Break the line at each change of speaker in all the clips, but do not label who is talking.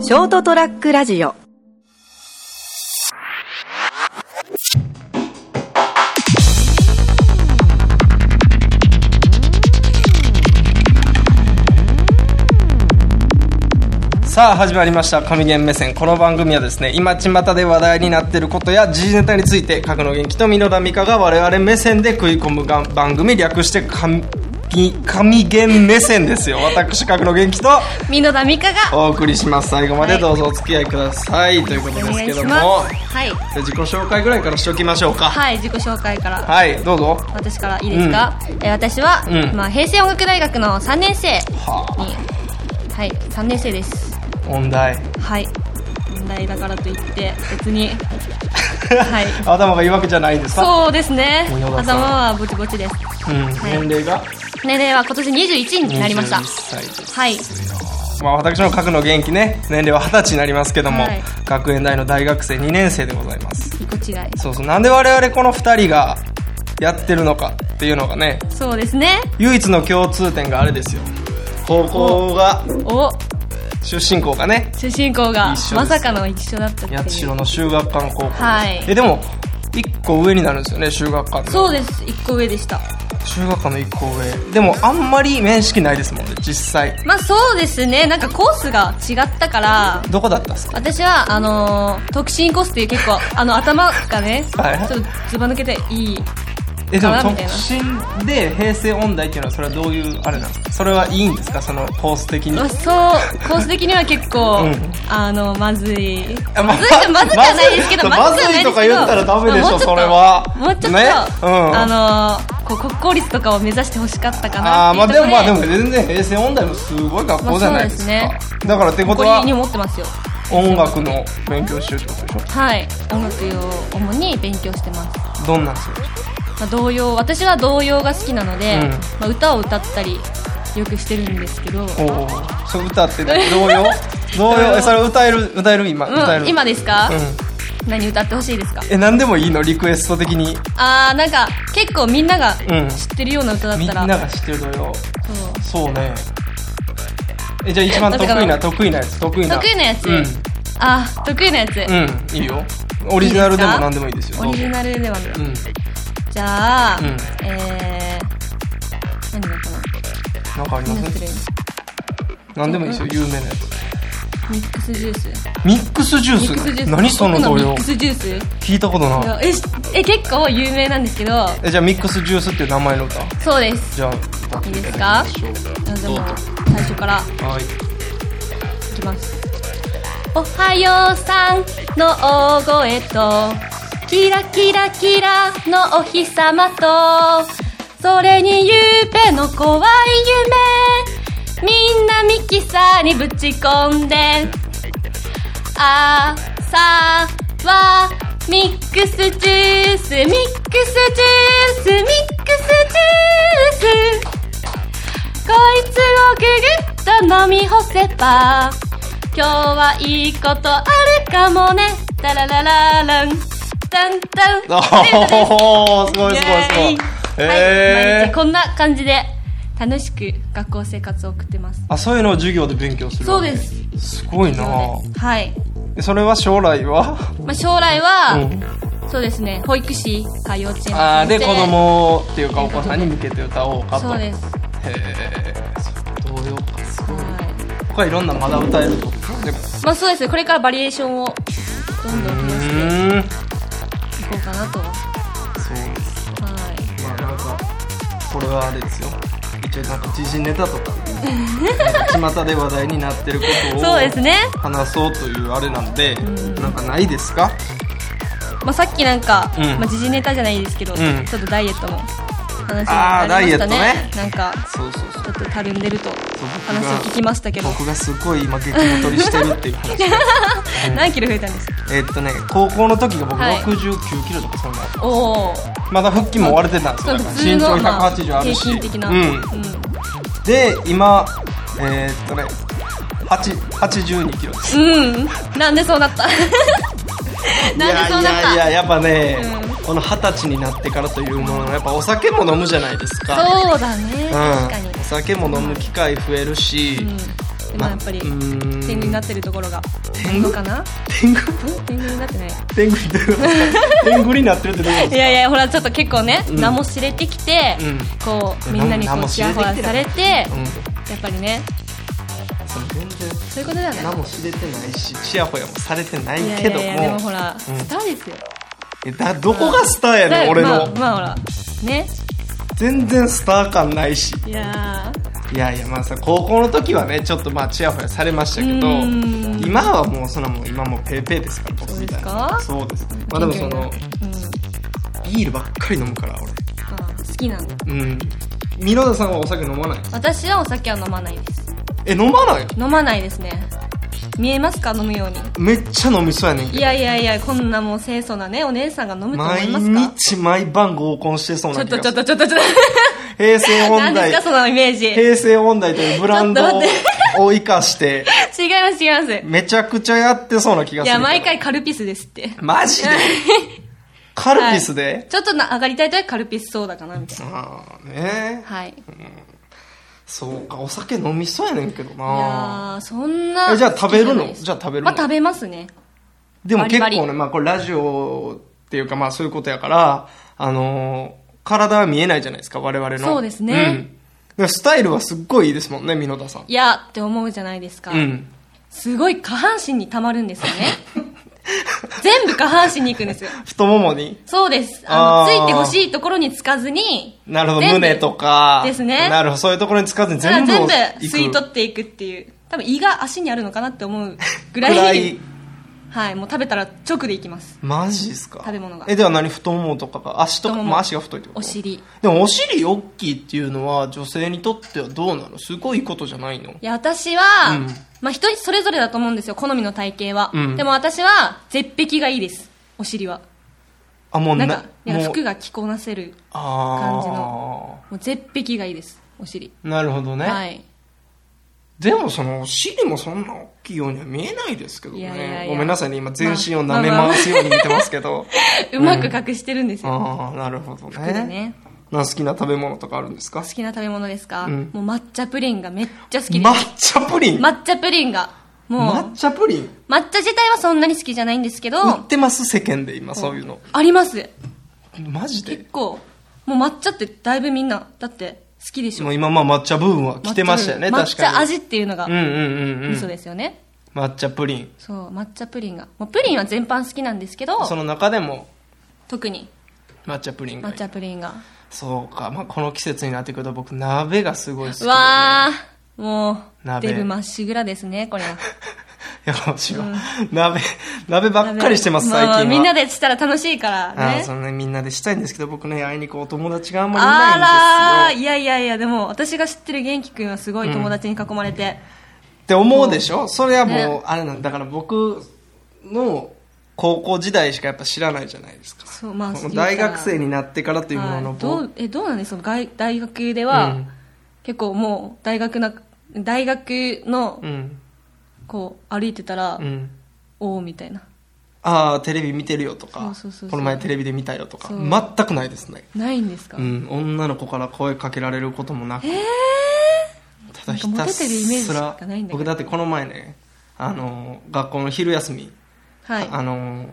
ショートトラックラジオ
さあ始まりました神言目線この番組はですね今巷で話題になっていることや時事ネタについて角野元気と箕田美香が我々目線で食い込むが番組略して神神言目線ですよ私角野元気と
箕田美香が
お送りします最後までどうぞお付き合いください、ということですけども
はい
じゃあ自己紹介ぐらいからしておきましょうかはい、
はい自己紹介から、
どうぞ
私からいいですか、えー私は、
うん
まあ、平成音楽大学の3年生に
は
はい3年生です
あ問題
はい問題だからといって 別にはい
頭がいいわけじゃないですか
そうですね
もう野田さん
頭はぼちぼちです
う、ん、
い
年齢が
年齢は今年21になりました
21歳です
はい
まあ、私の角野元気ね年齢は二十歳になりますけども、
はい
学園大の大学生2年生でございます
一個違い
そうそうなんで我々この2人がやってるのかっていうのがね
そうですね
唯一の共通点があれですよ高校が
お
出身校がね
出身校
一緒
が
です
まさかの一緒だったっていう
八代の修学館高校です、
はい
えでも1個上になるんですよね修学館の
そうです1個上でした
修学館の1個上でもあんまり面識ないですもんね実際
まあそうですねなんかコースが違ったから
どこだったんですか
私はあのー、特進コースっていう結構あの頭がね
はい
ちょっとずば抜けていい
えでも
かな
特
みたいな
進で平成音大っていうのはそれはどういうあれなんですかそれはいいんですかそのコース的に
まあそうコース的には結構、
うん
あのまずい
あま
まずいまずくはないですけど
まずい
まずくはない
ま
ですけど
ずいとか言ったらダメでしょ
まあもうちっと
それは
もうちょっと、
ねうん
あのー、こう国公立とかを目指してほしかったか
あ
な
あ
って
ま
い
あ
う
でもまあで
ところで
も全然平成音大もすごい学校じゃないですか、
まあそうです
だからってこと
誇
は
りに思ってますよ
音楽の勉強してるってことでし
はい音楽を主に勉強してます
ょどんなんする
まあ、童謡私は童謡が好きなので、
うん
まあ、歌を歌ったりよくしてるんですけど、
おおーそれ歌ってね童 謡童謡えそれ歌える歌える今、歌え
う
る
ん、今ですか、
うん
何歌ってほしいですか
え何でもいいのリクエスト的に
あーなんか結構みんなが
うん
知ってるような歌だっ
みん
た
な
ら、
が知ってる童謡
そう
そうねえじゃあ一番得意な得意なやつ得意な
得意なやつ、
うん
あー得意なやつ、
うんいいよオリジナルでも何でもいいですよ
オリジナルではない、
うん
じゃあ、
うん
えー、何だった
な
の
んかありま
何が
す
する
何でもいいですよ有名なやつ
ミックスジュース
ミックスジュー
ミ
ス
ックスジュース
何その童
僕ミ
謡
ックスジュースい
聞いたことない
やえしえ結構有名なんですけど
えじゃあミックスジュースっていう名前の歌
そうです
じゃあ歌っていただきましょう
じゃあでも最初から
はい
いきますおはようさんの大声とキラキラキラのお日様とそれにゆうべの怖い夢みんなミキサーにぶち込んで朝はミックスジュースミックスジュースミックスジュースこいつをググッと飲み干せば今日はいいことあるかもねタラララランタン タン
おおすごいすごいすごい
イエーイはい、
え
毎日
ー
こんな感じで楽しく学校生活を送ってます
あそういうのを授業で勉強するわけ
そうです
ごいな
はい、
えそれは将来は
まあ、将来は、
うん
そうですね保育士か幼稚園の先生
あ ーで子供っていうかお子さんに向けて歌おうかと
そうです、
へえそう童謡かすごい
は
他いろんなまだ歌えるってことでも
いまあ、そうですねこれからバリエーションをどんどん増やして
うーん
いこうかなとは
そうです
い
まあなんかこれはあれですよ一応なんか時事ネ タとかなんか巷で話題になってることを
そうですね
話そうというあれなんで、なんかないですか
まあ、さっきなんか、
うん
まあ、時事ネタじゃないですけど、
ん
ちょっとダイエットの話
あー
がありましたね
ダイエット
なんか
そうそうそう
ちょっとたるんでると
僕
話
が
を聞きましたけど、
僕がすごい今激太りしてるっていう 話
何キロ増えたんですか
えっとね高校の時が僕
はい
69キロとかそんな、
おお
まだ腹筋も割れてたんですよだから
普
身
通
長
の、まあ、
180あ
平
るし、
均的な、
うん、で今えーっとね8 82キロです
うん、うんなんでそうなった なんでそうなっ
いやいや
た
いややっぱね、この二十歳になってからというもののやっぱお酒も飲むじゃないですか
そうだ
う
ね、
ん
確かに
お酒も飲む機会増えるし、ま
今
あ
やっぱり
うーん
天狗になってるところが
天狗
かな
天狗
うん天狗になってない
天狗ってどういうこと天狗になってるってどういうこと
いやいやほらちょっと結構ね、
うん
名も知れてきて、
うん
こう
うん
みんなにこ
名も
う
知
ち
れ
や
てき
ほ
てな
や
い
され
う
て
ん
やっぱりね
その全然
そういうことだね
何も知れてないしちやほやもされてない
いやい
けど
や
も
いやでもほら、
うん
スターですよ
えだどこがスターやねん、
だ
俺の、
まあ、まあほらね
全然スター感ないし
いや
いやいやまあさ高校の時はねちょっとまあちやほやされましたけど
うん
今はもうそんなもん今もうペーペーですから僕みたいなそうですねまあでもそ
うん、
の
あ
ビールばっかり飲むから
好きなんだ
俺うんミロダさんはお酒飲まない
私はお酒は飲まないです
え飲まない
飲まないですね見えますか飲むように
めっちゃ飲みそうやねんけ
い
ど
やいやいやこんなもう清楚なねお姉さんが飲むと思
毎
いますか
日毎晩合コンしてそう
ち
な
ょっ
気がす
とちょ
る
っとちょっとちょっ
平成
と何
問
ですか
題
そのイメージ違い
平成問題というブランド
ちょっと待
を生かして
ます違います
めちゃくちゃやってそうな気がする
い
け
や
ど
毎回カルピスですって
マジで カルピスで、
ちょっとな上がりたいとはカルピスソーダかなみたいな
ああね
はいい
そうかお酒飲みそうやねんけどな
やーそんな
えじゃあ食べるの
好きないです
じゃあ食べるの
まあ食べますね
でも結
バリ
構
バ
ね、まあこれラジオっていうかまあそういうことやから、あのー体は見えないじゃないですか、我々の。
そうですね
うん。でもスタイルはすっごいいいですもんね、美濃田さん。
いやって思うじゃないですか、
うん。
すごい下半身にたまるんですよね 全部下半身に行くんですよ
太ももに。
そうですあの
あー
ついてほしいところにつかずに
なるほど、
全部
胸とか。
ですね
なるほど、そういうところにつかずに全
全
部
部
を
吸
行
い取
く
っていくっていう多分胃が足にあるのかなって思うぐ
ぐ
らい
らい。
はいもう食べたら直でいきます
マジですか
食べ物が
え、では何太ももとかか足とか、
太もも
まあ足が太いってこと
お尻い
でもお尻大きいっていうのは女性にとってはどうなのすごいことじゃないの
や私は、
うん
まあ人それぞれだと思うんですよ好みの体型は、
うん
でも私は絶壁がいいですお尻は
あ、もう
なんかいや
もう
服が着こなせる
あー
感じのもう絶壁がいいですお尻
なるほどね、
はい
でもそのお尻もそんな大きいようには見えないですけどね
いやいやいや
ごめんなさいね今全身を舐め回すように見てますけど、
うまく隠してるんですよ、
ああーなるほど
服で
ね
ね
なんか好きな食べ物とかあるんですか
好きな食べ物ですか、
うん
もう抹茶プリンがめっちゃ好きです、
抹茶プリン、
抹茶プリンがもう
抹茶プリン
抹茶自体はそんなに好きじゃないんですけど
売ってます世間で今そういうの
あります
マジで
結構もう抹茶ってだいぶみんなだって好きでしょ
もう今まあ抹茶ブームは来てましたよね確か
抹
に
茶抹茶味っていうのが
うんうんうんう
味噌
ん
ですよね、
抹茶プリン
そう抹茶プリンがもうプリンは全般好きなんですけど
その中でも
特に
抹茶プリンが
抹茶プリンが
そうか、まあ、この季節になってくると僕鍋がすごい好きで、
う わーもう
鍋
デブまっしぐらですねこれは
いや、私は、鍋、鍋ばっかりしてます、
鍋
最近
まあま
は。
あみんなでしたら楽しいから
ああ
ね
そのね、みんなでしたいんですけど、僕ね、あいにくお友達があんまりい
あ
ない
ら
んですよ。
ーいやいやいやでも私が知ってる元気くんはすごい友達に囲まれて、
って思うでしょそれはもう、
ね
あれなんだから僕の高校時代しかやっぱ知らないじゃないですか。
そうまあ
もう 大学生
に
になってからというものの、
どうえどうなんですか外大学では、
うん
結構もう大学な大学の
うん。
こう歩いてたら、
うん。
おおみたいな
ああ、テレビ見てるよとか
そうそうそうそう
この前テレビで見たよとか、
そう
全くないですね。
ないんですか、
うん、女の子から声かけられることもなく、ただひたす
なんかモテてるイメ
ら
ージしかないんだけど
僕だってこの前ねあの学校の昼休み、
はい
あの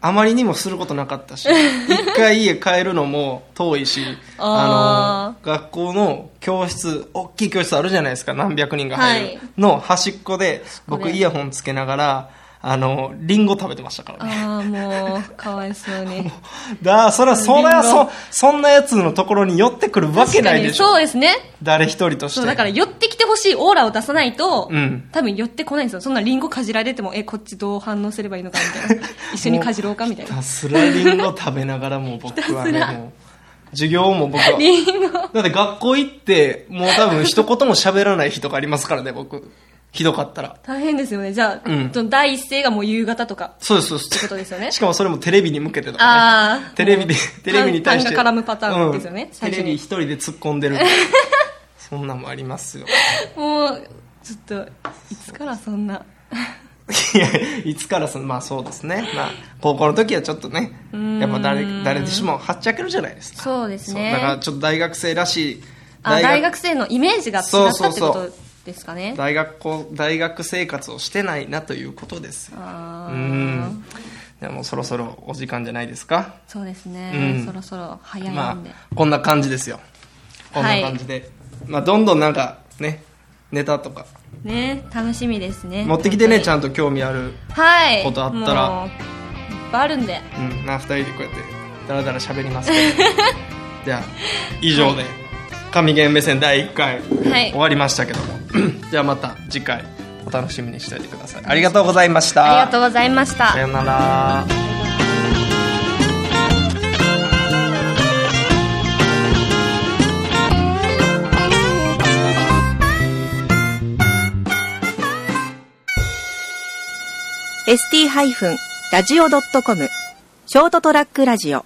あまりにもすることなかった し一回家帰るのも遠いし
あ
の学校の教室大きい教室あるじゃないですか何百人が入る、
はい
の端っこで僕
これ
イヤホンつけながらあのリンゴ食べてましたからね
ああもうかわいそうに
だそれはそれは
リン
そそんなやつのところに寄ってくるわけないでし
確かにそう
ょ
ですね
誰一人として
そうだから寄ってきてほしいオーラを出さないと、
うん
多分寄ってこないんですよそんなリンゴかじられてもえこっちどう反応すればいいのかみ たいな一緒にかじろうかみたい
ひ
な
たすらリンゴ食べながらもう僕はね
ひたすら
もう授業も僕は
リンゴ
だって学校行ってもう多分一言も喋らない日とかありますからね僕ひどかったら
大変ですよねじゃあ、
うん
その第一声がもう夕方とか
そうですそう
ってことですよね
しかもそれもテレビに向けてとかね
ああ
テレビでテレビに対して
単が絡むパターンですよね、
うん
最
テ
初
レビ
に
一人で突っ込んでる そんなんもありますよ
もうちょっといつからそんない
やいつからそのまあそうですねまあ高校の時はちょっとね
ん
やっぱ誰誰でしもはっちゃけるじゃないですか
そうですね
そうだからちょっと大学生らしい
あ大学生のイメージが違った
そうそう
ってこ
そ
と
う
ですかね
大学校大学生活をしてないなということです
あ
う
ー
んでもそろそろお時間じゃないですか
そうですね、
うん
そろそろ早いんで、
まあこんな感じですよこんな感じで、まあどんどんなんかねネタとか
ね楽しみですね
持ってきてねちゃ
ん
んと興味ある、
はい
ことあったら
もういっぱいあるんで
うん、まあ2人でこうやってダラダラ喋りますけ どじゃあ以上で神ゲーム目線第1回
はい
終わりましたけども、 じゃあまた次回お楽しみにしておいてくださいありがとうございました
ありがとうございました
さよなら
ST-radio.com ショートトラックラジオ